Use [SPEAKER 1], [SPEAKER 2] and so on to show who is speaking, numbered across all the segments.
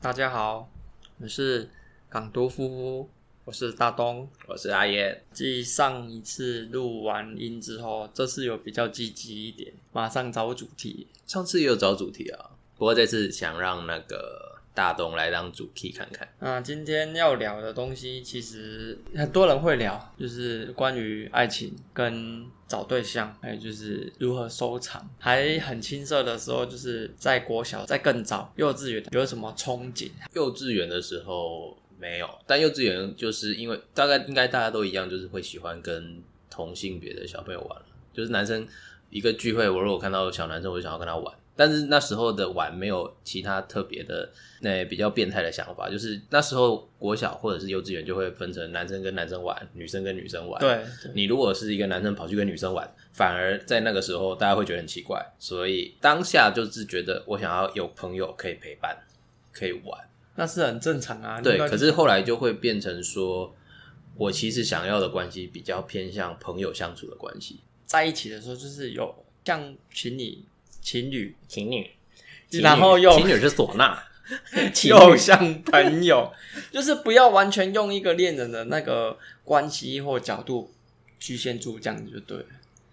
[SPEAKER 1] 大家好，我是港都夫妇，我是大东。
[SPEAKER 2] 我是阿燕，
[SPEAKER 1] 继上一次录完音之后，这次有比较积极一点，马上找主题。
[SPEAKER 2] 上次也有找主题啊，不过这次想让那个大东来当主 key 看看。
[SPEAKER 1] 那今天要聊的东西，其实很多人会聊，就是关于爱情跟找对象，还有就是如何收场。还很青涩的时候，就是在国小，在更早幼稚园有什么憧憬？
[SPEAKER 2] 幼稚园的时候没有，但幼稚园就是因为大概应该大家都一样，就是会喜欢跟同性别的小朋友玩了就是男生一个聚会，我如果看到小男生，我就想要跟他玩。但是那时候的玩没有其他特别的那、比较变态的想法，就是那时候国小或者是幼稚园就会分成男生跟男生玩，女生跟女生玩。
[SPEAKER 1] 对，
[SPEAKER 2] 你如果是一个男生跑去跟女生玩，反而在那个时候大家会觉得很奇怪，所以当下就是觉得我想要有朋友可以陪伴，可以玩。
[SPEAKER 1] 那是很正常啊。
[SPEAKER 2] 对
[SPEAKER 1] 那，个
[SPEAKER 2] 可是后来就会变成说，我其实想要的关系比较偏向朋友相处的关系，
[SPEAKER 1] 在一起的时候，就是有像情侣、情侣，
[SPEAKER 2] 情侣，
[SPEAKER 1] 然后又
[SPEAKER 2] 情侣是唢呐，情
[SPEAKER 1] 又
[SPEAKER 2] 侣
[SPEAKER 1] 像朋友， 就是不要完全用一个恋人的那个关系或角度局限住，这样子就 对了。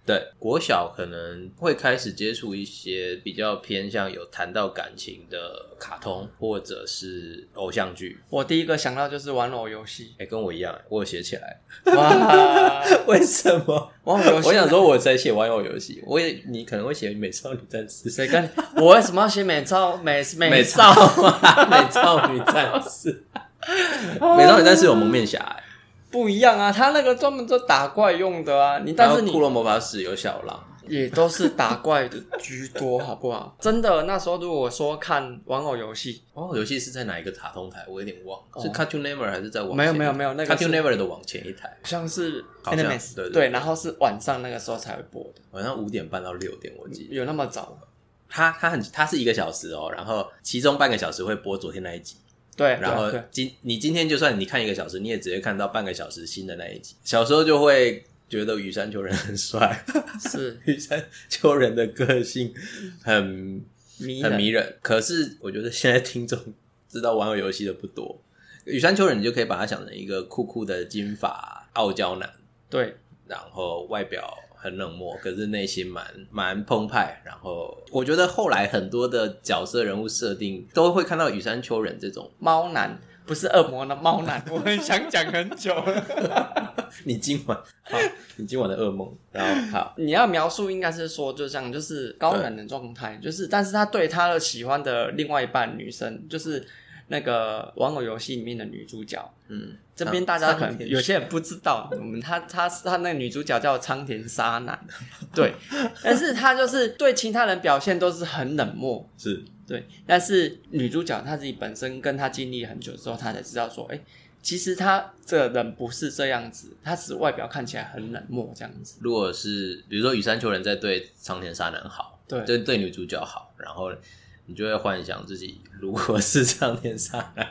[SPEAKER 2] 对，国小可能会开始接触一些比较偏向有谈到感情的卡通或者是偶像剧，
[SPEAKER 1] 我第一个想到就是玩偶游 戏，
[SPEAKER 2] 哎、跟我一样，我有写起来。
[SPEAKER 1] 哇，
[SPEAKER 2] 为什么？
[SPEAKER 1] 玩偶游戏，
[SPEAKER 2] 我想说我在写网友游戏，我也你可能会写美少女战士，
[SPEAKER 1] 谁跟你我为什么要写美照美
[SPEAKER 2] 美
[SPEAKER 1] 美
[SPEAKER 2] 少
[SPEAKER 1] 照？
[SPEAKER 2] 美少女战 士，美少女战士有蒙面侠、欸，
[SPEAKER 1] 不一样啊，他那个专门做打怪用的啊，你但是
[SPEAKER 2] 然
[SPEAKER 1] 你
[SPEAKER 2] 后骷髅魔法使有小狼，
[SPEAKER 1] 也都是打怪的居多，好不好？真的，那时候如果说看玩偶游戏，
[SPEAKER 2] 哦，游戏是在哪一个卡通台？我有点忘，
[SPEAKER 1] 哦
[SPEAKER 2] 是 Cartoon Network 还是在往前
[SPEAKER 1] 没有没有没有那个是
[SPEAKER 2] Cartoon Network 的往前一台，
[SPEAKER 1] 像是
[SPEAKER 2] 好像
[SPEAKER 1] NMS
[SPEAKER 2] 对对
[SPEAKER 1] 对，然后是晚上那个时候才会播的，
[SPEAKER 2] 晚上五点半到六点，我记得。
[SPEAKER 1] 有那么早？
[SPEAKER 2] 它它很它是一个小时哦，然后其中半个小时会播昨天那一集，
[SPEAKER 1] 对，啊
[SPEAKER 2] 然后
[SPEAKER 1] 对对
[SPEAKER 2] 今你今天就算你看一个小时，你也只会看到半个小时新的那一集。小时候就会觉得羽山秋人很帅，
[SPEAKER 1] 是
[SPEAKER 2] 羽山秋人的个性很
[SPEAKER 1] 迷
[SPEAKER 2] 很
[SPEAKER 1] 人
[SPEAKER 2] 迷人。可是我觉得现在听众知道玩偶游戏的不多，羽山秋人你就可以把他想成一个酷酷的金发傲娇男，
[SPEAKER 1] 对，
[SPEAKER 2] 然后外表很冷漠，可是内心蛮蛮澎湃。然后我觉得后来很多的角色人物设定都会看到羽山秋人这种。
[SPEAKER 1] 猫男不是恶魔的猫 男，我很想讲很久了。
[SPEAKER 2] 你今晚好，你今晚的噩梦，然后好，
[SPEAKER 1] 你要描述应该是说，就像就是高冷的状态，就是但是他对他的喜欢的另外一半女生，就是那个玩偶游戏里面的女主角。
[SPEAKER 2] 嗯，
[SPEAKER 1] 这边大家可
[SPEAKER 2] 苍
[SPEAKER 1] 能
[SPEAKER 2] 田
[SPEAKER 1] 有些人不知道，我 们她她她那个女主角叫苍田沙男，对，但是她就是对其他人表现都是很冷漠，
[SPEAKER 2] 是
[SPEAKER 1] 对，但是女主角她自己本身跟她经历很久之后，她才知道说，哎、其实她这人不是这样子，她只是外表看起来很冷漠这样子。
[SPEAKER 2] 如果是比如说羽山秋人在对苍田沙男好，
[SPEAKER 1] 对
[SPEAKER 2] 就对女主角好，然后你就会幻想自己如果是苍田沙男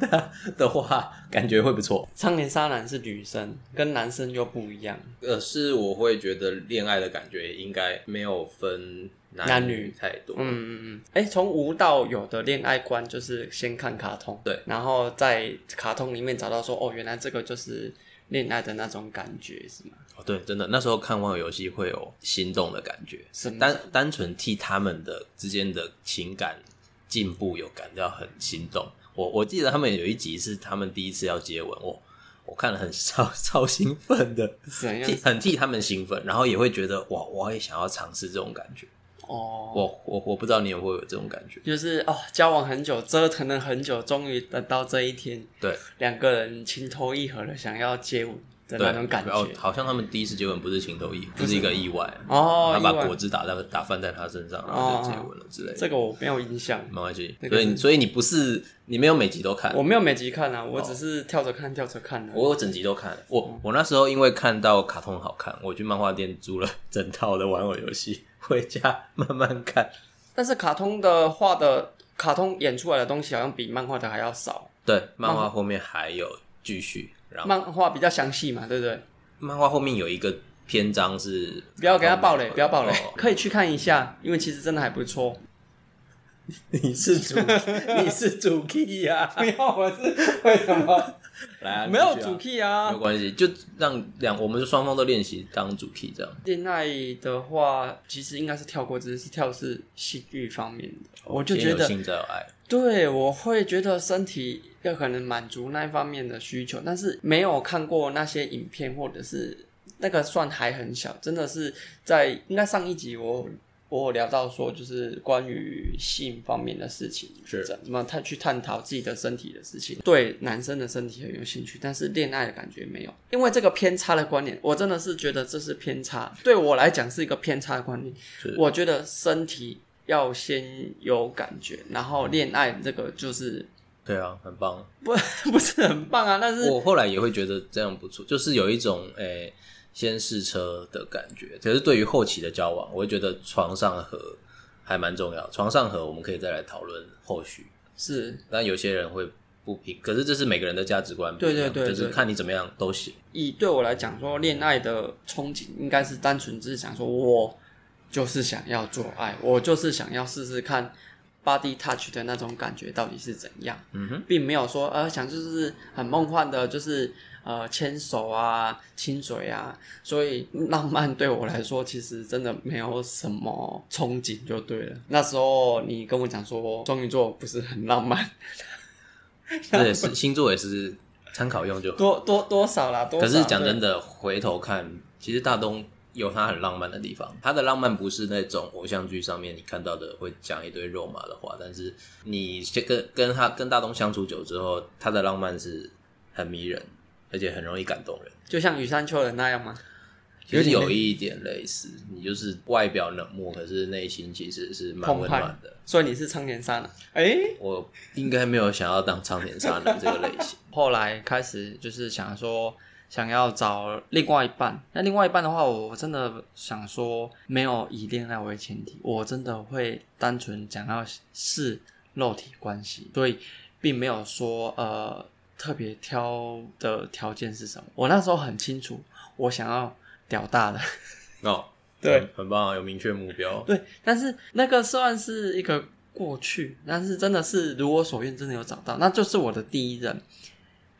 [SPEAKER 2] 他 的话，感觉会不错。
[SPEAKER 1] 苍田沙男是女生，跟男生又不一样。
[SPEAKER 2] 可呃是我会觉得恋爱的感觉应该没有分
[SPEAKER 1] 男女
[SPEAKER 2] 女太多，
[SPEAKER 1] 嗯嗯嗯。哎、从无到有的恋爱观就是先看卡通，
[SPEAKER 2] 对，
[SPEAKER 1] 然后在卡通里面找到说，哦，原来这个就是恋爱的那种感觉，是吗？
[SPEAKER 2] 哦，对，真的，那时候看网友游戏会有心动的感觉，
[SPEAKER 1] 什么？
[SPEAKER 2] 单单纯替他们的之间的情感进步有感到很心动。我我记得他们有一集是他们第一次要接吻，我我看了很 超超兴奋的，
[SPEAKER 1] 怎样
[SPEAKER 2] 替？很替他们兴奋，然后也会觉得哇，我也想要尝试这种感觉。
[SPEAKER 1] 哦，
[SPEAKER 2] 我我我不知道你有会有这种感觉，
[SPEAKER 1] 就是哦，交往很久，折腾了很久，终于等到这一天，
[SPEAKER 2] 对，
[SPEAKER 1] 两个人情投意合了，想要接吻的
[SPEAKER 2] 对，
[SPEAKER 1] 那种感觉。
[SPEAKER 2] 哦好像他们第一次接吻不是情投意合，就是一个意外，
[SPEAKER 1] 哦，
[SPEAKER 2] 他把
[SPEAKER 1] 意外
[SPEAKER 2] 果汁打在打翻在他身上，然后
[SPEAKER 1] 哦
[SPEAKER 2] 就接吻了嗯之类的。
[SPEAKER 1] 这个我没有印象，
[SPEAKER 2] 没关系，
[SPEAKER 1] 那个
[SPEAKER 2] 所以
[SPEAKER 1] 是
[SPEAKER 2] 你所以你不是你没有每集都看，
[SPEAKER 1] 我没有每集看啊，我只是跳着看，跳着看啊的、
[SPEAKER 2] 我有整集都看了，我我那时候因为看到卡通好看，我去漫画店租了整套的玩偶游戏，回家慢慢看。
[SPEAKER 1] 但是卡通的画的，卡通演出来的东西好像比漫画的还要少，
[SPEAKER 2] 对，漫
[SPEAKER 1] 漫
[SPEAKER 2] 画后面还有继续，然后
[SPEAKER 1] 漫画比较详细嘛，对不对？
[SPEAKER 2] 漫画后面有一个篇章是
[SPEAKER 1] 不要给他暴雷，
[SPEAKER 2] 哦
[SPEAKER 1] 不要暴雷，
[SPEAKER 2] 哦
[SPEAKER 1] 可以去看一下，因为其实真的还不错。
[SPEAKER 2] 你是主， 你是主 key 呀、
[SPEAKER 1] 没有，我是为什 么？
[SPEAKER 2] 来啊，
[SPEAKER 1] 没有
[SPEAKER 2] 你继续啊
[SPEAKER 1] 主 key 啊
[SPEAKER 2] 没有。关系，就让两我们就双方都练习当主 key 这样。
[SPEAKER 1] 恋爱的话，其实应该是跳过，只是跳是性欲方面的。我就觉
[SPEAKER 2] 先有
[SPEAKER 1] 得，
[SPEAKER 2] 性再有爱，
[SPEAKER 1] 对，我会觉得身体要可能满足那一方面的需求，但是没有看过那些影片，或者是那个算还很小，真的是在应该上一集我我有聊到说，就是关于性方面的事情，
[SPEAKER 2] 是
[SPEAKER 1] 怎么他去探讨自己的身体的事情，对男生的身体很有兴趣，但是恋爱的感觉没有，因为这个偏差的观念，我真的是觉得这是偏差，对我来讲是一个偏差的观念。
[SPEAKER 2] 是
[SPEAKER 1] 我觉得身体要先有感觉，然后恋爱这个就是
[SPEAKER 2] 对啊，很棒。
[SPEAKER 1] 不不是很棒啊，但是
[SPEAKER 2] 我后来也会觉得这样不错，就是有一种诶、先试车的感觉。可是对于后期的交往，我会觉得床上和还蛮重要。床上和我们可以再来讨论后续，
[SPEAKER 1] 是
[SPEAKER 2] 但有些人会不平，可是这是每个人的价值观不一
[SPEAKER 1] 对对
[SPEAKER 2] 样，
[SPEAKER 1] 对
[SPEAKER 2] 就是
[SPEAKER 1] 对
[SPEAKER 2] 看你怎么样都行。
[SPEAKER 1] 以对我来讲说，恋爱的憧憬应该是单纯只是想说，我就是想要做爱，我就是想要试试看 body touch 的那种感觉到底是怎样。
[SPEAKER 2] 嗯哼，
[SPEAKER 1] 并没有说呃想就是很梦幻的，就是呃牵手啊、亲嘴啊，所以浪漫对我来说其实真的没有什么憧憬就对了。那时候你跟我讲说双鱼座不是很浪漫，
[SPEAKER 2] 这也是星座也是参考用就 好。
[SPEAKER 1] 多多多少啦，多少
[SPEAKER 2] 可是讲真
[SPEAKER 1] 的，
[SPEAKER 2] 的，回头看，其实大东有他很浪漫的地方。他的浪漫不是那种偶像剧上面你看到的会讲一堆肉麻的话，但是你先跟跟他跟大东相处久之后，他的浪漫是很迷人，而且很容易感动人。
[SPEAKER 1] 就像雨山丘人那样嘛。
[SPEAKER 2] 其实
[SPEAKER 1] 有点
[SPEAKER 2] 有一点类似，你就是外表冷漠，可是内心其实是蛮
[SPEAKER 1] 澎
[SPEAKER 2] 温
[SPEAKER 1] 湃
[SPEAKER 2] 暖的。
[SPEAKER 1] 所以你是苍田沙男，哎、
[SPEAKER 2] 我应该没有想要当苍田沙男这个类型，
[SPEAKER 1] 后来开始就是想说想要找另外一半，那另外一半的话，我真的想说没有以恋爱为前提，我真的会单纯想要是肉体关系，所以并没有说呃特别挑的条件是什么。我那时候很清楚，我想要屌大的，
[SPEAKER 2] 哦，
[SPEAKER 1] 对
[SPEAKER 2] 很，很棒啊，有明确目标。
[SPEAKER 1] 对，但是那个算是一个过去，但是真的是如我所愿，真的有找到，那就是我的第一任。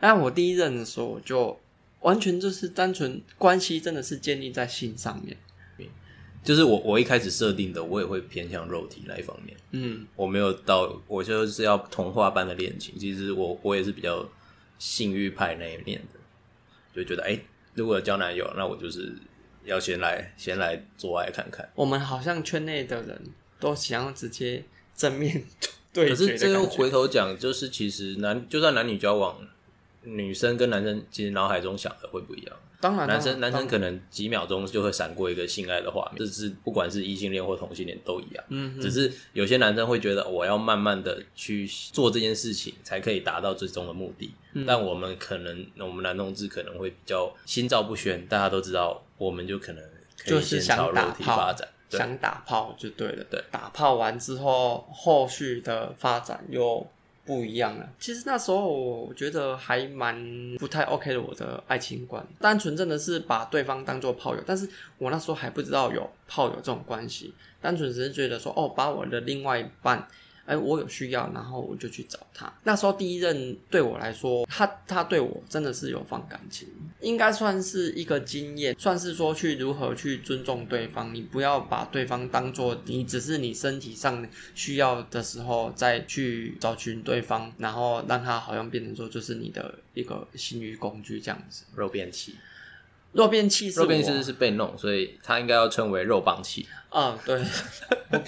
[SPEAKER 1] 那我第一任的时候，我就完全就是单纯关系，真的是建立在性上面。
[SPEAKER 2] 就是我我一开始设定的，我也会偏向肉体那一方面，
[SPEAKER 1] 嗯，
[SPEAKER 2] 我没有到我就是要童话般的恋情。其实我我也是比较性欲派那一面的，就觉得哎、诶如果有交男友，那我就是要先来先来做爱看看。
[SPEAKER 1] 我们好像圈内的人都想要直接正面 对
[SPEAKER 2] 可
[SPEAKER 1] 决
[SPEAKER 2] 是这
[SPEAKER 1] 的
[SPEAKER 2] 又
[SPEAKER 1] 感觉。
[SPEAKER 2] 回头讲，就是其实男就算男女交往，女生跟男生其实脑海中想的会不一样。
[SPEAKER 1] 啊当然，
[SPEAKER 2] 男生
[SPEAKER 1] 当
[SPEAKER 2] 男
[SPEAKER 1] 然
[SPEAKER 2] 生，可能几秒钟就会闪过一个性爱的画面，这是不管是异性恋或同性恋都一样。
[SPEAKER 1] 嗯哼，
[SPEAKER 2] 只是有些男生会觉得哦我要慢慢的去做这件事情，才可以达到最终的目的。
[SPEAKER 1] 嗯
[SPEAKER 2] 但我们可能，我们男同志可能会比较心照不宣，大家都知道，我们就可能可
[SPEAKER 1] 就
[SPEAKER 2] 以
[SPEAKER 1] 是
[SPEAKER 2] 先
[SPEAKER 1] 想
[SPEAKER 2] 朝
[SPEAKER 1] 打
[SPEAKER 2] 肉体
[SPEAKER 1] 炮
[SPEAKER 2] 发展。对，
[SPEAKER 1] 想打炮就对了。
[SPEAKER 2] 对，
[SPEAKER 1] 打炮完之后，后续的发展又不一样了。其实那时候我觉得还蛮不太 OK 的，我的爱情观，单纯真的是把对方当做炮友，但是我那时候还不知道有炮友这种关系，单纯只是觉得说，哦，把我的另外一半。哎，我有需要，然后我就去找他。那时候第一任对我来说，他他对我真的是有放感情，应该算是一个经验，算是说去如何去尊重对方，你不要把对方当做你只是你身体上需要的时候再去找寻对方，然后让他好像变成说就是你的一个性欲工具这样子。
[SPEAKER 2] 肉便器，
[SPEAKER 1] 若变器是
[SPEAKER 2] 肉
[SPEAKER 1] 我
[SPEAKER 2] 便器是被弄，所以它应该要称为肉棒器。
[SPEAKER 1] 啊， 对，那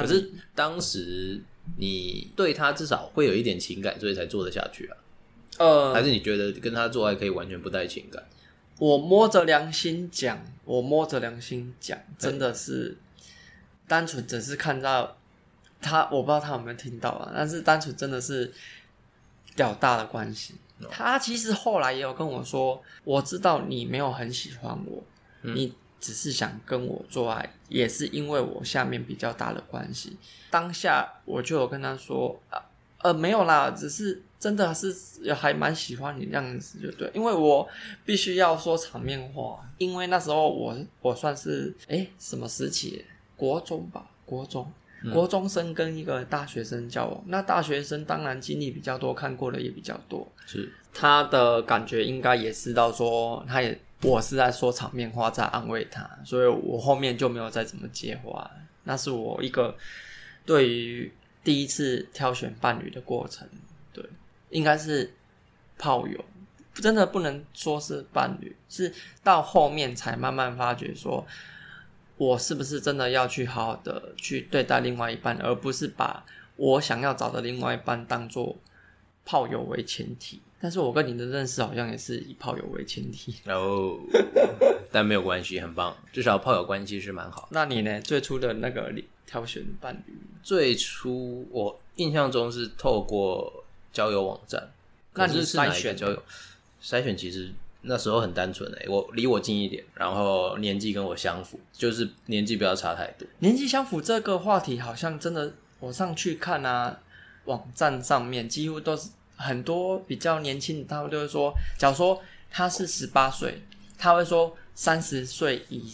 [SPEAKER 2] 可是当时你对他至少会有一点情感，所以才做得下去啊？
[SPEAKER 1] 呃，
[SPEAKER 2] 还是你觉得跟他做爱可以完全不带情感？
[SPEAKER 1] 我摸着良心讲，我摸着良心讲，
[SPEAKER 2] 对
[SPEAKER 1] 真的是单纯只是看到他，我不知道他有没有听到啊，但是单纯真的是屌大的关系
[SPEAKER 2] 哦。
[SPEAKER 1] 他其实后来也有跟我说，我知道你没有很喜欢我，
[SPEAKER 2] 嗯
[SPEAKER 1] 你只是想跟我做爱，也是因为我下面比较大的关系。当下我就有跟他说，啊呃，没有啦，只是真的是还蛮喜欢你这样子，就对，因为我必须要说场面话，因为那时候我我算是哎、诶什么时期，国中吧，国中，
[SPEAKER 2] 嗯
[SPEAKER 1] 国中生跟一个大学生交往，那大学生当然经历比较多，看过的也比较多，
[SPEAKER 2] 是
[SPEAKER 1] 他的感觉应该也是到说，他也我是在说场面话，在安慰他，所以我后面就没有再怎么接话。那是我一个对于第一次挑选伴侣的过程，对，应该是炮友，真的不能说是伴侣，是到后面才慢慢发觉说。我是不是真的要去好好的去对待另外一半，而不是把我想要找的另外一半当做炮友为前提。但是我跟你的认识好像也是以炮友为前提。
[SPEAKER 2] 然后哦但没有关系，很棒，至少炮友关系是蛮好的。
[SPEAKER 1] 那你呢？最初的那个挑选伴侣，
[SPEAKER 2] 最初我印象中是透过交友网站，
[SPEAKER 1] 那
[SPEAKER 2] 可
[SPEAKER 1] 你
[SPEAKER 2] 是是哪一个
[SPEAKER 1] 筛选的
[SPEAKER 2] 交友筛选？其实那时候很单纯诶、欸我离我近一点，然后年纪跟我相符，就是年纪不要差太多。
[SPEAKER 1] 年纪相符这个话题，好像真的我上去看啊，网站上面几乎都是很多比较年轻的，他们都会说，假如说他是十八岁，他会说三十岁以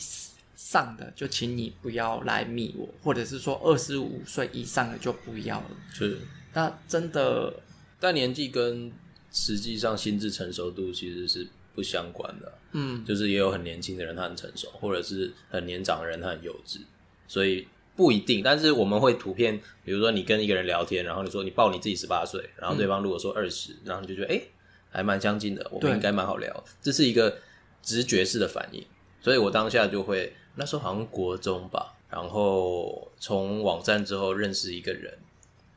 [SPEAKER 1] 上的就请你不要来密我，或者是说二十五岁以上的就不要了。
[SPEAKER 2] 是，
[SPEAKER 1] 那真的
[SPEAKER 2] 但年纪跟实际上心智成熟度其实是不相关的啊、
[SPEAKER 1] 嗯，
[SPEAKER 2] 就是也有很年轻的人他很成熟，或者是很年长的人他很幼稚，所以不一定。但是我们会图片，比如说你跟一个人聊天，然后你说你报你自己十八岁，然后对方如果说二十、然后你就觉得哎、诶还蛮相近的，我
[SPEAKER 1] 对
[SPEAKER 2] 们应该蛮好聊。这是一个直觉式的反应，所以我当下就会那时候好像国中吧，然后从网站之后认识一个人，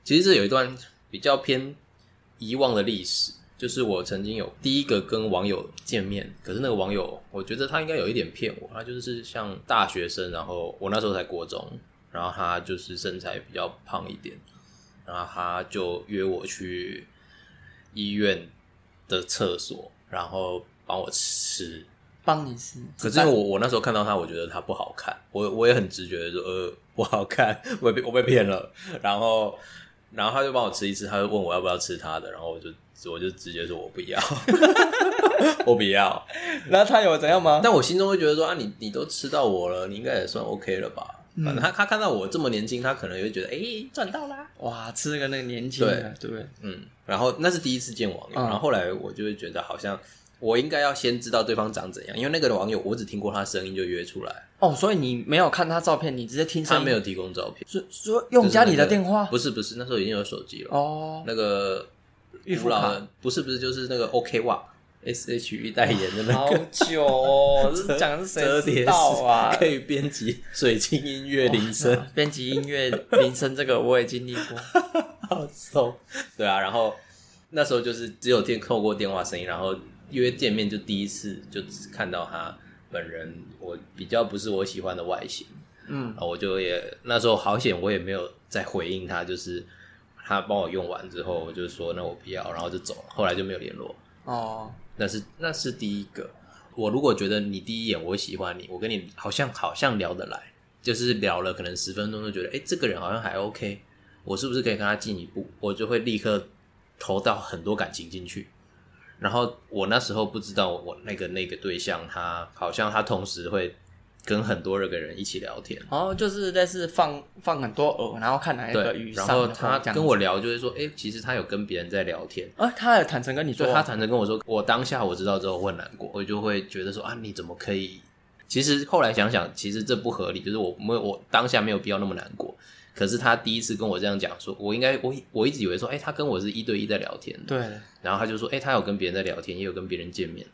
[SPEAKER 2] 其实这有一段比较偏遗忘的历史，就是我曾经有第一个跟网友见面，可是那个网友，我觉得他应该有一点骗我，他就是像大学生，然后我那时候才国中，然后他就是身材比较胖一点，然后他就约我去医院的厕所，然后帮我吃
[SPEAKER 1] 帮你是，
[SPEAKER 2] 可是因 为我我那时候看到他，我觉得他不好看，我我也很直觉的说，呃，不好看， 我被我被骗了。然后，然后他就帮我吃一吃，他就问我要不要吃他的，然后我就我就直接说我不要， 我不要。
[SPEAKER 1] 然后他有怎样吗？
[SPEAKER 2] 但我心中会觉得说啊，你你都吃到我了，你应该也算 OK 了吧？反正他他看到我这么年轻，他可能也会觉得，哎、赚到啦。
[SPEAKER 1] 哇，吃个那个年轻的，对不对？
[SPEAKER 2] 嗯，然后那是第一次见网友，
[SPEAKER 1] 嗯
[SPEAKER 2] 然后后来我就会觉得好像我应该要先知道对方长怎样，因为那个网友我只听过他声音就约出来，
[SPEAKER 1] 哦，所以你没有看他照片，你直接听声
[SPEAKER 2] 他
[SPEAKER 1] 音，
[SPEAKER 2] 没有提供照片。
[SPEAKER 1] 说说用家里的电话、
[SPEAKER 2] 不是不是，那时候已经有手机了。
[SPEAKER 1] 哦，
[SPEAKER 2] 那个
[SPEAKER 1] 预付
[SPEAKER 2] 古
[SPEAKER 1] 卡
[SPEAKER 2] 老的不是不是，就是那个 OK 哇 S H E 代言的那
[SPEAKER 1] 好
[SPEAKER 2] 个
[SPEAKER 1] 久哦，这讲的是
[SPEAKER 2] 折
[SPEAKER 1] 谁知
[SPEAKER 2] 叠式
[SPEAKER 1] 道啊？ 哦
[SPEAKER 2] 可以编辑水晶音乐铃声，
[SPEAKER 1] 编辑音乐铃声这个我也经历过，
[SPEAKER 2] 好松。对啊，然后那时候就是只有电透过电话声音，然后约见面就第一次就只看到他本人，我比较不是我喜欢的外形。
[SPEAKER 1] 嗯
[SPEAKER 2] 然，后我就也那时候好险，我也没有再回应他，就是他帮我用完之后，我就说那我不要，然后就走了，后来就没有联络。
[SPEAKER 1] 哦，
[SPEAKER 2] 那是那是第一个。我如果觉得你第一眼我喜欢你，我跟你好像好像聊得来，就是聊了可能十分钟就觉得，哎、这个人好像还 OK，我是不是可以跟他进一步？我就会立刻投到很多感情进去。然后我那时候不知道我我那个那个对象他好像他同时会跟很多个人一起聊天，
[SPEAKER 1] 然后就是类似放放很多饵，然后看哪一个
[SPEAKER 2] 对
[SPEAKER 1] 鱼，上
[SPEAKER 2] 然
[SPEAKER 1] 的话，
[SPEAKER 2] 后他
[SPEAKER 1] 这样
[SPEAKER 2] 跟我聊就会说，哎、其实他有跟别人在聊天，
[SPEAKER 1] 子，啊，他也坦诚跟你
[SPEAKER 2] 所
[SPEAKER 1] 说
[SPEAKER 2] 以，他坦诚跟我说，我当下我知道之后我很难过，我就会觉得说啊，你怎么可以？其实后来想想，其实这不合理，就是我没有我当下没有必要那么难过。可是他第一次跟我这样讲，说我应该我我一直以为说，哎、他跟我是一对一在聊天，
[SPEAKER 1] 对，
[SPEAKER 2] 然后他就说，哎、他有跟别人在聊天，也有跟别人见面，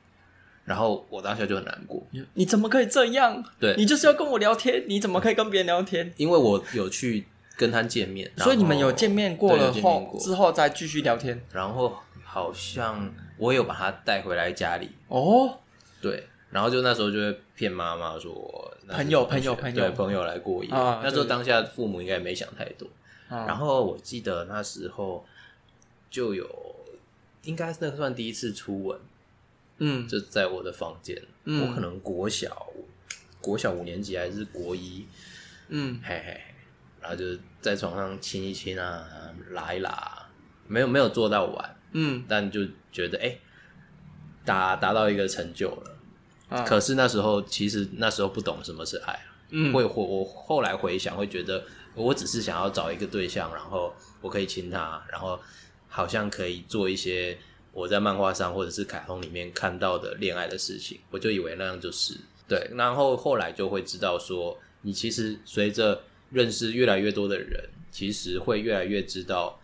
[SPEAKER 2] 然后我当下就很难过，
[SPEAKER 1] 你你怎么可以这样？
[SPEAKER 2] 对
[SPEAKER 1] 你就是要跟我聊天，你怎么可以跟别人聊天？
[SPEAKER 2] 因为我有去跟他见面，然后
[SPEAKER 1] 所以你们有见面过
[SPEAKER 2] 对
[SPEAKER 1] 了
[SPEAKER 2] 有见面
[SPEAKER 1] 后
[SPEAKER 2] 过
[SPEAKER 1] 之后再继续聊天
[SPEAKER 2] 然后好像我有把他带回来家里，
[SPEAKER 1] 哦，
[SPEAKER 2] 对，然后就那时候就会骗妈妈说那是
[SPEAKER 1] 朋友
[SPEAKER 2] 同学
[SPEAKER 1] 朋友朋友
[SPEAKER 2] 对朋友来过夜。
[SPEAKER 1] 啊
[SPEAKER 2] 那时候
[SPEAKER 1] 对啊
[SPEAKER 2] 当下父母应该也没想太多。然
[SPEAKER 1] 然
[SPEAKER 2] 后我记得那时候就有，应该那算第一次初吻，
[SPEAKER 1] 嗯，
[SPEAKER 2] 就在我的房间。
[SPEAKER 1] 嗯
[SPEAKER 2] 我可能国小国小五年级还是国一，
[SPEAKER 1] 嗯，
[SPEAKER 2] 嘿嘿，嘿然后就是在床上亲一亲啊，拉一拉啊，没有没有做到完，
[SPEAKER 1] 嗯，
[SPEAKER 2] 但就觉得哎、达达到一个成就了。
[SPEAKER 1] 啊
[SPEAKER 2] 可是那时候其实那时候不懂什么是爱啊，
[SPEAKER 1] 嗯
[SPEAKER 2] 会我我后来回想会觉得我只是想要找一个对象，然后我可以亲他，然后好像可以做一些我在漫画上或者是卡通里面看到的恋爱的事情，我就以为那样就是对，然后后来就会知道说，你其实随着认识越来越多的人，其实会越来越知道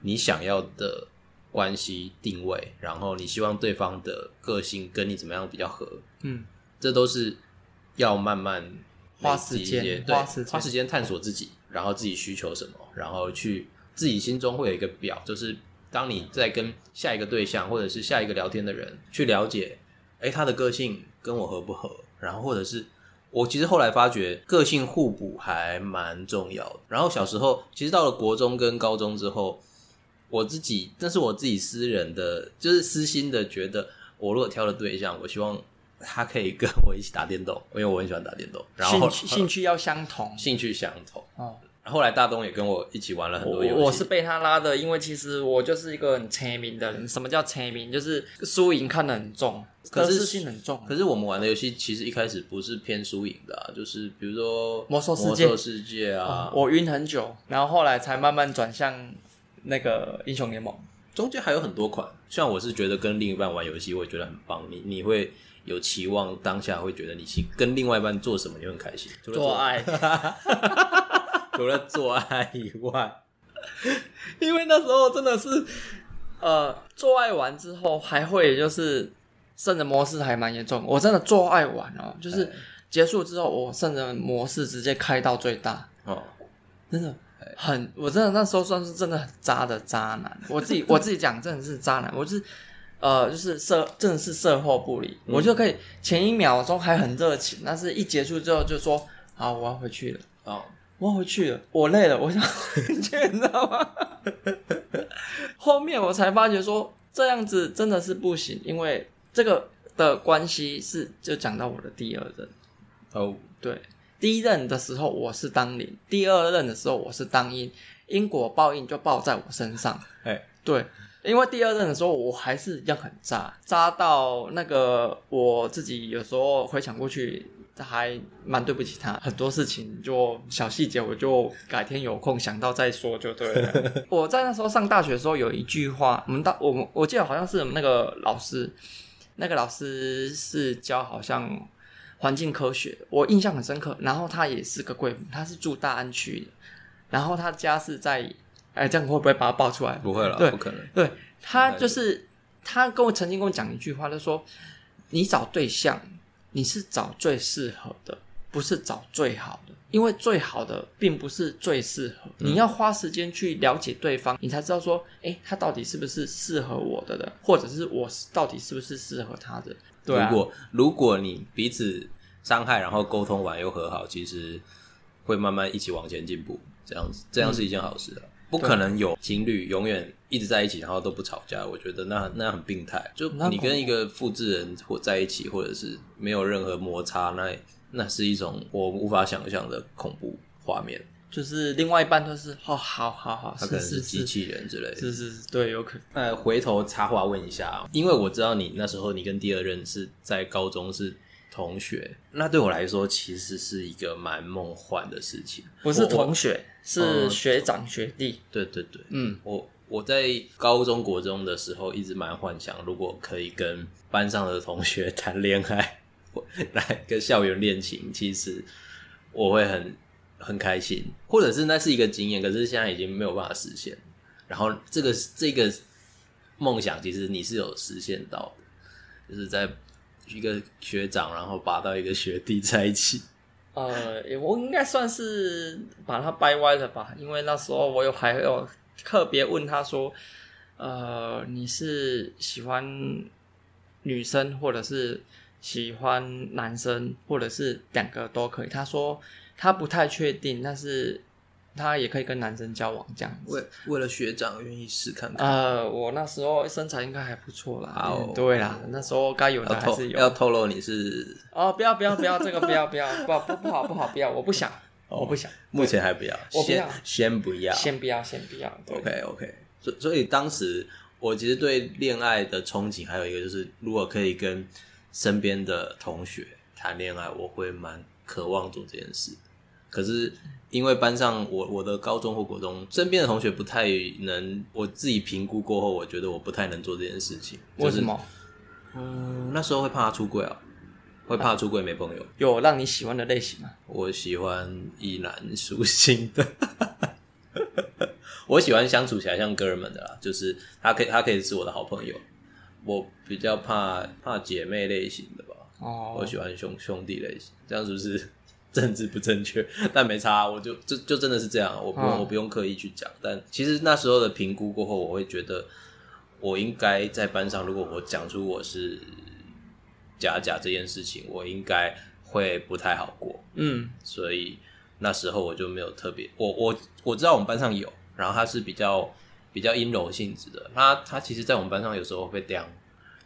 [SPEAKER 2] 你想要的关系定位，然后你希望对方的个性跟你怎么样比较合，
[SPEAKER 1] 嗯，
[SPEAKER 2] 这都是要慢慢
[SPEAKER 1] 花
[SPEAKER 2] 累积
[SPEAKER 1] 时间
[SPEAKER 2] 一些对，
[SPEAKER 1] 花时间
[SPEAKER 2] 花时间探索自己，然后自己需求什么，然后去自己心中会有一个表，就是当你在跟下一个对象或者是下一个聊天的人去了解，哎，他的个性跟我合不合，然后或者是。我其实后来发觉，个性互补还蛮重要的。然后小时候，其实到了国中跟高中之后，我自己，那是我自己私人的，就是私心的觉得，我如果挑了对象，我希望他可以跟我一起打电动，因为我很喜欢打电动。然
[SPEAKER 1] 兴
[SPEAKER 2] 后
[SPEAKER 1] 趣兴趣要相同
[SPEAKER 2] 兴趣相同。
[SPEAKER 1] 哦。
[SPEAKER 2] 然后后来大东也跟我一起玩了很
[SPEAKER 1] 我
[SPEAKER 2] 多游戏。
[SPEAKER 1] 我是被他拉的，因为其实我就是一个很沉迷的人。什么叫沉迷？就是输赢看得很重，
[SPEAKER 2] 可
[SPEAKER 1] 得
[SPEAKER 2] 是
[SPEAKER 1] 失心很重。啊
[SPEAKER 2] 可是我们玩的游戏其实一开始不是偏输赢的、啊，就是比如说
[SPEAKER 1] 魔兽世界哦
[SPEAKER 2] 魔兽世界啊，
[SPEAKER 1] 我晕很久，然后后来才慢慢转向那个英雄联盟。
[SPEAKER 2] 中间还有很多款。像我是觉得跟另一半玩游戏，我也觉得很棒。你你会有期望，当下会觉得你心跟另外一半做什么你会很开心，除了
[SPEAKER 1] 做爱，
[SPEAKER 2] 除了做爱以 外，因为那时候真的是
[SPEAKER 1] 呃，做爱完之后还会就是圣人模式还蛮严重。我真的做爱完哦，就是结束之后，我圣人模式直接开到最大，
[SPEAKER 2] 哦，
[SPEAKER 1] 真的很，我真的那时候算是真的很渣的渣男。我自己我自己讲真的是渣男，我是呃就是社真的是售后不理，
[SPEAKER 2] 嗯
[SPEAKER 1] 我就可以前一秒钟还很热情，但是一结束之后就说好我要回去了。
[SPEAKER 2] 哦，
[SPEAKER 1] 我要回去了，我累了，我想 回去，你知道吗？ 后面我才发觉说这样子真的是不行，因为这个的关系是就讲到我的第二任，
[SPEAKER 2] 哦，
[SPEAKER 1] 对，第一任的时候我是当零，第二任的时候我是当一，因果报应就报在我身上。
[SPEAKER 2] 哎，
[SPEAKER 1] 对，因为第二任的时候我还是一样很渣，渣到那个我自己有时候回想过去。还蛮对不起他，很多事情就小细节，我就改天有空想到再说就对了。我在那时候上大学的时候有一句话，我们大我们我记得好像是我们那个老师，那个老师是教好像环境科学，我印象很深刻。然后她也是个贵妇，她是住大安区的，然后她家是在，哎，这样会不会把她爆出来？
[SPEAKER 2] 不会了，
[SPEAKER 1] 对
[SPEAKER 2] 不可能。
[SPEAKER 1] 对她就是她跟我曾经跟我讲一句话，她说：“你找对象，你是找最适合的，不是找最好的，因为最好的并不是最适合。
[SPEAKER 2] 嗯
[SPEAKER 1] 你要花时间去了解对方，你才知道说，哎，他到底是不是适合我的的，或者是我是到底是不是适合他的。”对啊
[SPEAKER 2] 如，果如果你彼此伤害，然后沟通完又和好，其实会慢慢一起往前进步，这样子，这样是一件好事
[SPEAKER 1] 嗯
[SPEAKER 2] 啊。不可能有情侣永远一直在一起，然后都不吵架，我觉得那那很病态。就
[SPEAKER 1] 那
[SPEAKER 2] 你
[SPEAKER 1] 恐怖
[SPEAKER 2] 跟一个复制人或在一起，或者是没有任何摩擦，那那是一种我无法想象的恐怖画面。
[SPEAKER 1] 就是另外一半都是哦，好好好，
[SPEAKER 2] 它可
[SPEAKER 1] 是
[SPEAKER 2] 能是
[SPEAKER 1] 是
[SPEAKER 2] 机
[SPEAKER 1] 是
[SPEAKER 2] 器人之类的。
[SPEAKER 1] 是是是，对，有可能。
[SPEAKER 2] 呃，回头插话问一下啊，因为我知道你那时候你跟第二任是在高中是同学，那对我来说其实是一个蛮梦幻的事情。
[SPEAKER 1] 不是
[SPEAKER 2] 我嗯
[SPEAKER 1] 同学，是学长学弟。
[SPEAKER 2] 对对对，
[SPEAKER 1] 嗯，
[SPEAKER 2] 我我在高中国中的时候一直蛮幻想，如果可以跟班上的同学 谈恋爱，我来跟校园恋情，其实我会很很开心，或者是那是一个经验，可是现在已经没有办法实现。然后这个这个梦想，其实你是有实现到的，就是在一个学长，然后拔到一个学弟在一起。
[SPEAKER 1] 呃，我应该算是把他掰歪了吧，因为那时候我有还有呃特别问他说，呃，你是喜欢女生，或者是喜欢男生，或者是两个都可以？他说他不太确定，但是他也可以跟男生交往这样子。
[SPEAKER 2] 为了学长愿意试看，
[SPEAKER 1] 呃，我那时候身材应该还不错啦，
[SPEAKER 2] 好
[SPEAKER 1] 嗯对啦，那时候该有的
[SPEAKER 2] 要
[SPEAKER 1] 还
[SPEAKER 2] 透
[SPEAKER 1] 是
[SPEAKER 2] 要
[SPEAKER 1] 有。
[SPEAKER 2] 透露你是
[SPEAKER 1] 哦，不要不要不要，这个不要不要，不不不好不好不要，我不想，我不想，
[SPEAKER 2] 目前哦还不要，
[SPEAKER 1] 我不
[SPEAKER 2] 先
[SPEAKER 1] 要
[SPEAKER 2] 先不要。
[SPEAKER 1] 先不要先不要。对
[SPEAKER 2] OK OK，所所以当时我其实对恋爱的憧憬，还有一个就是，如果可以跟身边的同学谈恋爱，我会蛮渴望做这件事。可是因为班上我我的高中或国中身边的同学不太能，我自己评估过后，我觉得我不太能做这件事情。就是
[SPEAKER 1] 为什？么？
[SPEAKER 2] 嗯，那时候会怕他出柜啊，会怕出柜没朋友。
[SPEAKER 1] 有让你喜欢的类型啊吗？
[SPEAKER 2] 我喜欢以男属性的， 我喜欢相处起来像哥们的啦，就是他可以他可以是我的好朋友。我比较怕怕姐妹类型的吧，我
[SPEAKER 1] 哦，
[SPEAKER 2] 喜欢兄兄弟类型，这样是不是政治不正确？但没差，啊我就就就真的是这样，啊我不用、
[SPEAKER 1] 嗯
[SPEAKER 2] 我不用刻意去讲。但其实那时候的评估过后，我会觉得我应该在班上，如果我讲出我是假假这件事情，我应该会不太好过。
[SPEAKER 1] 嗯，
[SPEAKER 2] 所以那时候我就没有特别，我我我知道我们班上有，然后他是比较比较阴柔性质的，他他其实，在我们班上有时候会被刁，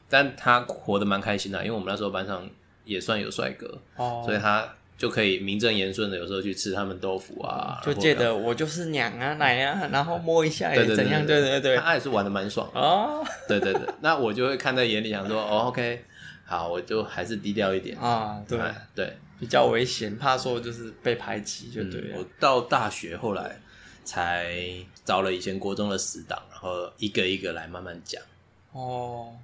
[SPEAKER 2] 但他活得蛮开心的，啊因为我们那时候班上也算有帅哥，
[SPEAKER 1] 哦，
[SPEAKER 2] 所以他就可以名正言顺的有时候去吃他们豆腐啊，
[SPEAKER 1] 就
[SPEAKER 2] 然后
[SPEAKER 1] 借
[SPEAKER 2] 干嘛
[SPEAKER 1] 的我就是娘啊奶啊，然后摸一下
[SPEAKER 2] 对
[SPEAKER 1] 也
[SPEAKER 2] 对
[SPEAKER 1] 怎样？对对对，
[SPEAKER 2] 他也是玩的蛮爽的，
[SPEAKER 1] 哦
[SPEAKER 2] 对对对，那我就会看在眼里，想说哦 OK，好，我就还是低调一点，
[SPEAKER 1] 啊，对，
[SPEAKER 2] 哎对，
[SPEAKER 1] 比较危险，怕说就是被排挤，就对
[SPEAKER 2] 嗯
[SPEAKER 1] 了
[SPEAKER 2] 我。到大学后来才找了以前国中的死党，然后一个一个来慢慢讲。
[SPEAKER 1] 哦，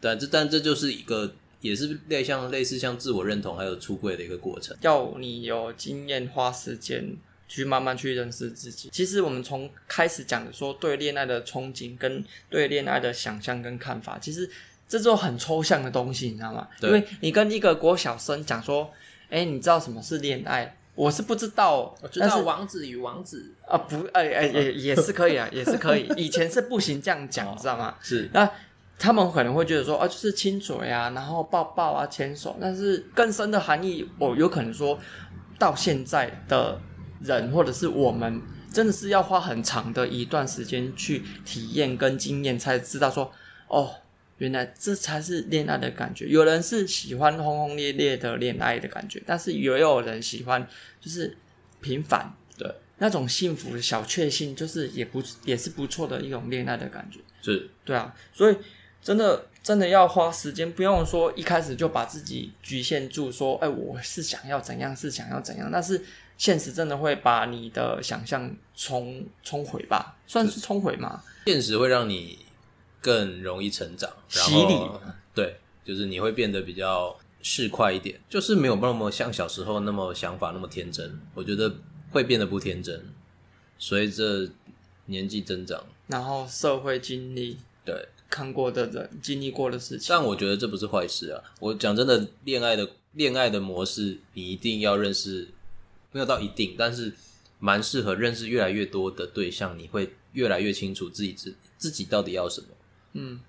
[SPEAKER 2] 但这但这就是一个也是类像类似像自我认同还有出柜的一个过程。
[SPEAKER 1] 要你有经验，花时间去慢慢去认识自己。其实我们从开始讲的说对恋爱的憧憬，跟对恋爱的想象跟看法，其实这都很抽象的东西，你知道吗？
[SPEAKER 2] 对
[SPEAKER 1] 因为你跟一个国小生讲说，哎、你知道什么是恋爱？我是不哦知道，但是
[SPEAKER 2] 哦王子与王子
[SPEAKER 1] 啊不，哎、哎、也也是可以啊，也是可以。以前是不行这样讲，知道吗？
[SPEAKER 2] 是
[SPEAKER 1] 那他们可能会觉得说啊，就是亲嘴啊，然后抱抱啊，牵手，但是更深的含义，我有可能说到现在的人或者是我们，真的是要花很长的一段时间去体验跟经验，才知道说哦。原来这才是恋爱的感觉。有人是喜欢轰轰烈烈的恋爱的感觉，但是也有人喜欢就是平凡，
[SPEAKER 2] 对，
[SPEAKER 1] 那种幸福小确幸，就是也不也是不错的一种恋爱的感觉。
[SPEAKER 2] 是
[SPEAKER 1] 对啊，所以真的真的要花时间，不用说一开始就把自己局限住，说哎，我是想要怎样，是想要怎样，但是现实真的会把你的想象冲冲毁吧，算是冲毁嘛？
[SPEAKER 2] 现实会让你更容易成长，然
[SPEAKER 1] 洗礼
[SPEAKER 2] 后对，就是你会变得比较市侩一点，就是没有那么像小时候那么想法那么天真。我觉得会变得不天真，随着年纪增长，
[SPEAKER 1] 然后社会经历
[SPEAKER 2] 对。
[SPEAKER 1] 看过的人，经历过的事情，
[SPEAKER 2] 但我觉得这不是坏事啊。我讲真的，恋爱的恋爱的模式，你一定要认识，没有到一定，但是蛮适合认识越来越多的对象，你会越来越清楚自己自自己到底要什么。
[SPEAKER 1] 嗯，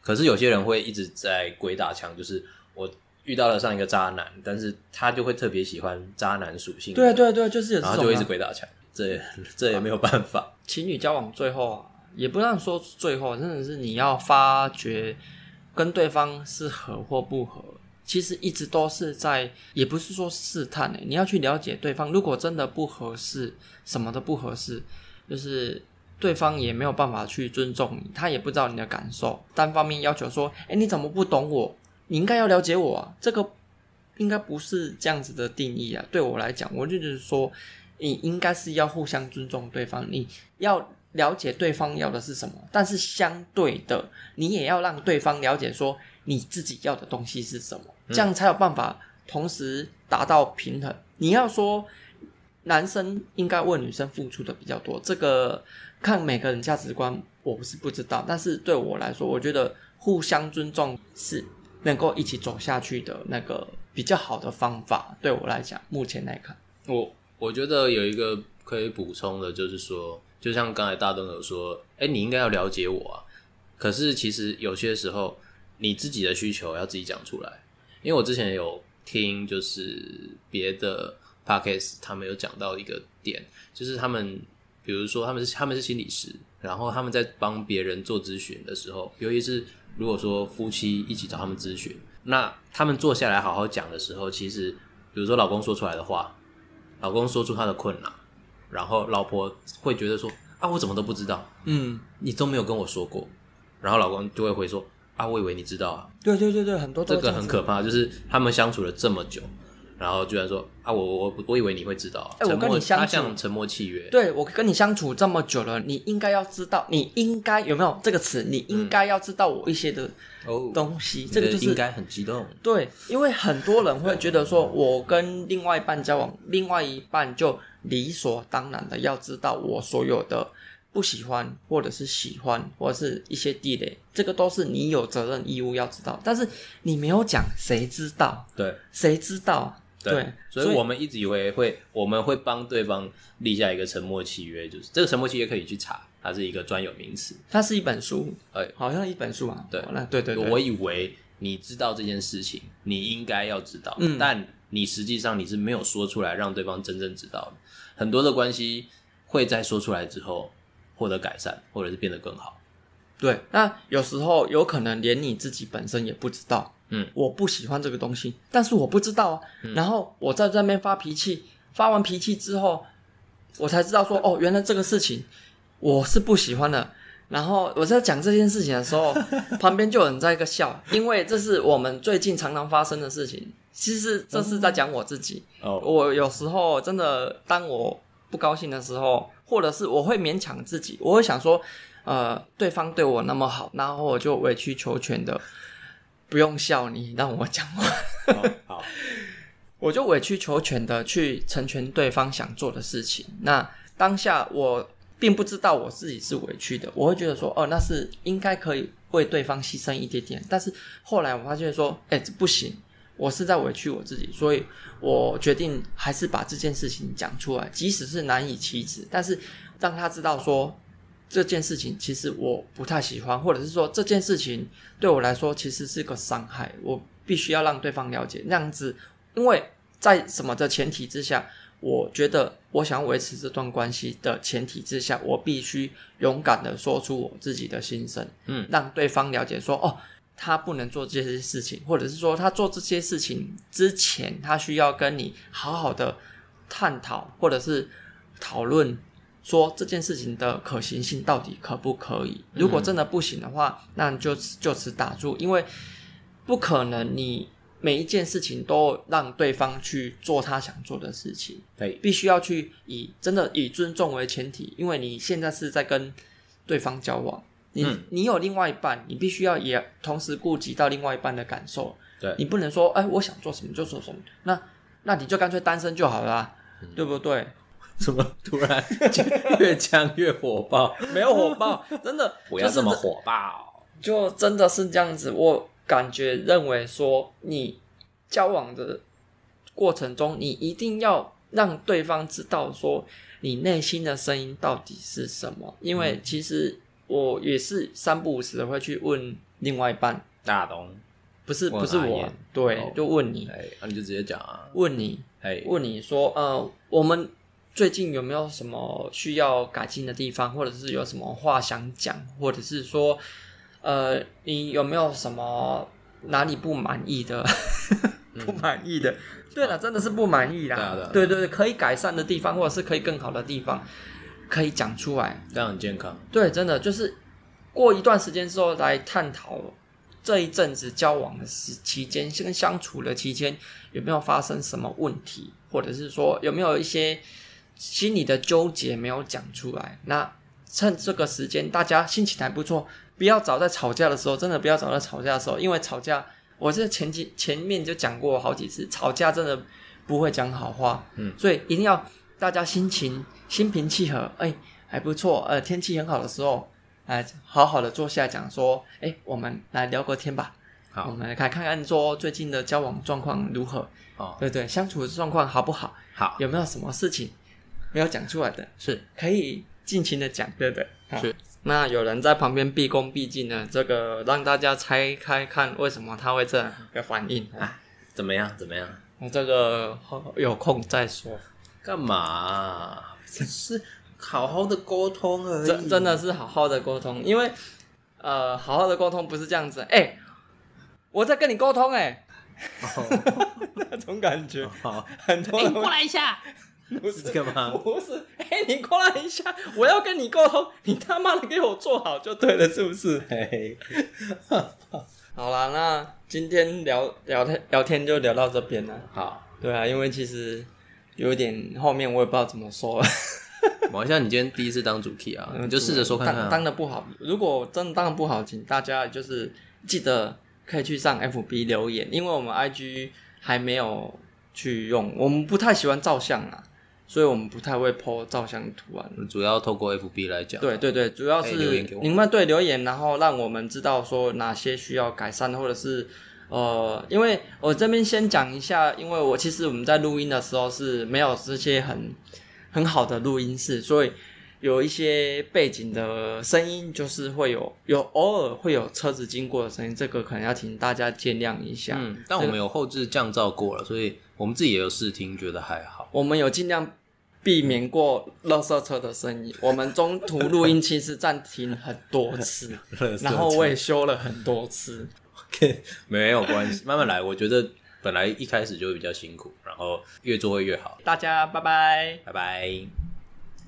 [SPEAKER 2] 可是有些人会一直在鬼打墙，就是我遇到了上一个渣男，但是他就会特别喜欢渣男属性，
[SPEAKER 1] 对，对对，就是有
[SPEAKER 2] 然
[SPEAKER 1] 这
[SPEAKER 2] 后就会一
[SPEAKER 1] 种、
[SPEAKER 2] 直
[SPEAKER 1] 啊、
[SPEAKER 2] 鬼打墙，这也这也没有办法。
[SPEAKER 1] 情侣交往最后啊，也不让说最后，真的是你要发觉跟对方是合或不合，其实一直都是在，也不是说试探、欸，你要去了解对方。如果真的不合适，什么都不合适，就是对方也没有办法去尊重你，他也不知道你的感受，单方面要求说，哎、你怎么不懂我？你应该要了解我啊，这个应该不是这样子的定义啊。对我来讲，我就觉得说，你应该是要互相尊重对方，你要了解对方要的是什么，但是相对的，你也要让对方了解说你自己要的东西是什么，
[SPEAKER 2] 嗯
[SPEAKER 1] 这样才有办法同时达到平衡。你要说男生应该为女生付出的比较多，这个看每个人价值观，我不是不知道，但是对我来说，我觉得互相尊重是能够一起走下去的那个比较好的方法。对我来讲，目前来看，
[SPEAKER 2] 我我觉得有一个可以补充的，就是说，就像刚才大东有说，哎、你应该要了解我啊。可是其实有些时候，你自己的需求要自己讲出来。因为我之前有听，就是别的 podcast 他们有讲到一个点，就是他们，比如说他们是他们是心理师，然后他们在帮别人做咨询的时候，尤其是如果说夫妻一起找他们咨询，那他们坐下来好好讲的时候，其实比如说老公说出来的话，老公说出他的困难，然后老婆会觉得说啊，我怎么都不知道，
[SPEAKER 1] 嗯，
[SPEAKER 2] 你都没有跟我说过，然后老公就会回说啊，我以为你知道啊，
[SPEAKER 1] 对对对对，很多
[SPEAKER 2] 这
[SPEAKER 1] 都
[SPEAKER 2] 个很可怕，就是他们相处了这么久，然后居然说啊，我我我以为你会知道啊，
[SPEAKER 1] 哎我
[SPEAKER 2] 沉
[SPEAKER 1] 跟
[SPEAKER 2] 默
[SPEAKER 1] 你相
[SPEAKER 2] 他
[SPEAKER 1] 处
[SPEAKER 2] 像沉默契约，
[SPEAKER 1] 对我跟你相处这么久了，你应该要知道，你应该有没有这个词？你应该要知道我一些的
[SPEAKER 2] 哦，
[SPEAKER 1] 东西，
[SPEAKER 2] 你
[SPEAKER 1] 这个
[SPEAKER 2] 的
[SPEAKER 1] 就是
[SPEAKER 2] 应该很激动，
[SPEAKER 1] 对，因为很多人会觉得说，我跟另外一半交往，另外一半就理所当然的要知道我所有的不喜欢，或者是喜欢，或者是一些地雷，这个都是你有责任义务要知道。但是你没有讲，谁知道？
[SPEAKER 2] 对
[SPEAKER 1] 谁知道？对，
[SPEAKER 2] 所以我们一直以为会我们会帮对方立下一个沉默契约，就是这个沉默契约可以去查，它是一个专有名词。
[SPEAKER 1] 它是一本书，
[SPEAKER 2] 哎
[SPEAKER 1] 好像一本书嘛。
[SPEAKER 2] 对
[SPEAKER 1] 那对对对，
[SPEAKER 2] 我以为你知道这件事情，你应该要知道，
[SPEAKER 1] 嗯
[SPEAKER 2] 但你实际上你是没有说出来，让对方真正知道的。很多的关系会在说出来之后获得改善，或者是变得更好。
[SPEAKER 1] 对，那有时候有可能连你自己本身也不知道，
[SPEAKER 2] 嗯，
[SPEAKER 1] 我不喜欢这个东西，但是我不知道啊。然后我在这边发脾气，发完脾气之后，我才知道说，哦，原来这个事情我是不喜欢的。然后我在讲这件事情的时候，旁边就有人在一个笑，因为这是我们最近常常发生的事情。其实这是在讲我自己，
[SPEAKER 2] 哦，
[SPEAKER 1] 我有时候真的，当我不高兴的时候，或者是我会勉强自己，我会想说，呃，对方对我那么好，然后我就委曲求全的，不用笑你，让我讲话，
[SPEAKER 2] 好，
[SPEAKER 1] 我就委曲求全的去成全对方想做的事情。那当下我并不知道我自己是委屈的，我会觉得说，哦，那是应该可以为对方牺牲一点点。但是后来我发现说，哎、这不行，我是在委屈我自己，所以我决定还是把这件事情讲出来，即使是难以启齿，但是让他知道说这件事情其实我不太喜欢，或者是说这件事情对我来说其实是个伤害，我必须要让对方了解，那样子，因为在什么的前提之下。我觉得我想要维持这段关系的前提之下，我必须勇敢的说出我自己的心声，
[SPEAKER 2] 嗯
[SPEAKER 1] 让对方了解说，哦，他不能做这些事情，或者是说他做这些事情之前，他需要跟你好好的探讨，或者是讨论，说这件事情的可行性到底可不可以。如果真的不行的话，那你就此就此打住，因为不可能你每一件事情都让对方去做他想做的事情。
[SPEAKER 2] 可以，
[SPEAKER 1] 必须要去以真的以尊重为前提，因为你现在是在跟对方交往，你、
[SPEAKER 2] 嗯
[SPEAKER 1] 你有另外一半，你必须要也同时顾及到另外一半的感受，
[SPEAKER 2] 对，
[SPEAKER 1] 你不能说哎、我想做什么就做什么，那那你就干脆单身就好了啊、对不 对？
[SPEAKER 2] 怎么突然越讲越火 爆？
[SPEAKER 1] 没有火爆，真的
[SPEAKER 2] 不要这么
[SPEAKER 1] 就是
[SPEAKER 2] 火爆。
[SPEAKER 1] 就真的是这样子。我感觉认为说，你交往的过程中，你一定要让对方知道说你内心的声音到底是什么。因为其实我也是三不五时的会去问另外一半，
[SPEAKER 2] 大东，
[SPEAKER 1] 不是
[SPEAKER 2] 问
[SPEAKER 1] 不是
[SPEAKER 2] 阿
[SPEAKER 1] 我
[SPEAKER 2] 燕，
[SPEAKER 1] 对
[SPEAKER 2] 哦，
[SPEAKER 1] 就问你，
[SPEAKER 2] 哎，那你就直接讲啊。
[SPEAKER 1] 问你，
[SPEAKER 2] 哎，
[SPEAKER 1] 问你说，呃，我们最近有没有什么需要改进的地方，或者是有什么话想讲，或者是说，呃，你有没有什么哪里不满意的？ 不满意的，对了，真的是不满意
[SPEAKER 2] 嗯对啊
[SPEAKER 1] 啦
[SPEAKER 2] 对啊。
[SPEAKER 1] 对对对，可以改善的地方，或者是可以更好的地方，可以讲出来。
[SPEAKER 2] 这样很健康。
[SPEAKER 1] 对，真的就是过一段时间之后来探讨这一阵子交往的时期间，跟相处的期间有没有发生什么问题，或者是说有没有一些心里的纠结没有讲出来？那趁这个时间，大家心情还不错，不要早在吵架的时候，真的不要早在吵架的时候，因为吵架，我这前几前面就讲过好几次，吵架真的不会讲好话，
[SPEAKER 2] 嗯
[SPEAKER 1] 所以一定要大家心情心平气和，哎、还不错，呃，天气很好的时候，来好好的坐下来讲说，哎、我们来聊个天吧，我
[SPEAKER 2] 好，
[SPEAKER 1] 们来看看说最近的交往状况如何，
[SPEAKER 2] 哦，
[SPEAKER 1] 对对，相处的状况好不好，
[SPEAKER 2] 好，
[SPEAKER 1] 有没有什么事情没有讲出来的，
[SPEAKER 2] 是
[SPEAKER 1] 可以尽情的讲，对不对？好
[SPEAKER 2] 是。
[SPEAKER 1] 那有人在旁边毕恭毕敬的，这个让大家猜开看为什么他会这样一个反应啊？
[SPEAKER 2] 怎么样？怎么样？
[SPEAKER 1] 那这个有空再说，
[SPEAKER 2] 干嘛啊、只是好好的沟通而已。哦
[SPEAKER 1] 真真 的是好好的沟通，因为呃，好好的沟通不是这样子，哎、我在跟你沟通、
[SPEAKER 2] 哦，
[SPEAKER 1] 哎，那种感觉，
[SPEAKER 2] 好，
[SPEAKER 1] 很多人会
[SPEAKER 2] 哎来一下，
[SPEAKER 1] 不是
[SPEAKER 2] 是干嘛
[SPEAKER 1] 不是，哎、你过来一下，我要跟你沟通，你他妈的给我做好就对了，是不是？
[SPEAKER 2] 嘿，
[SPEAKER 1] 好啦，那今天聊聊天聊天就聊到这边了。
[SPEAKER 2] 好，
[SPEAKER 1] 对啊，因为其实有点后面我也不知道怎么说了，
[SPEAKER 2] 王像你今天第一次当主 key 啊，你就试着说看看、
[SPEAKER 1] 当
[SPEAKER 2] 啊。
[SPEAKER 1] 嗯当的不好，如果真的当的不好，请大家就是记得可以去上 FB 留言，因为我们 IG 还没有去用，我们不太喜欢照相啊，所以我们不太会 po 照相图啊案。
[SPEAKER 2] 主要透过 FB 来讲，嗯
[SPEAKER 1] 对对对，主要
[SPEAKER 2] 可以留
[SPEAKER 1] 是
[SPEAKER 2] 言给我们
[SPEAKER 1] 你们对留言，然后让我们知道说哪些需要改善，或者是呃，因为我这边先讲一下，因为我其实我们在录音的时候是没有这些很很好的录音室，所以有一些背景的声音，就是会有有偶尔会有车子经过的声音，这个可能要请大家见谅一下。
[SPEAKER 2] 嗯，但我们有后置降噪过了，所以我们自己也有试听，觉得还好。
[SPEAKER 1] 我们有尽量避免过垃圾车的声音，我们中途录音其实暂停很多次。 然后我也修了很多次，
[SPEAKER 2] 没有关系，慢慢来。我觉得本来一开始就会比较辛苦，然后越做会越好。
[SPEAKER 1] 大家拜拜。
[SPEAKER 2] 拜拜。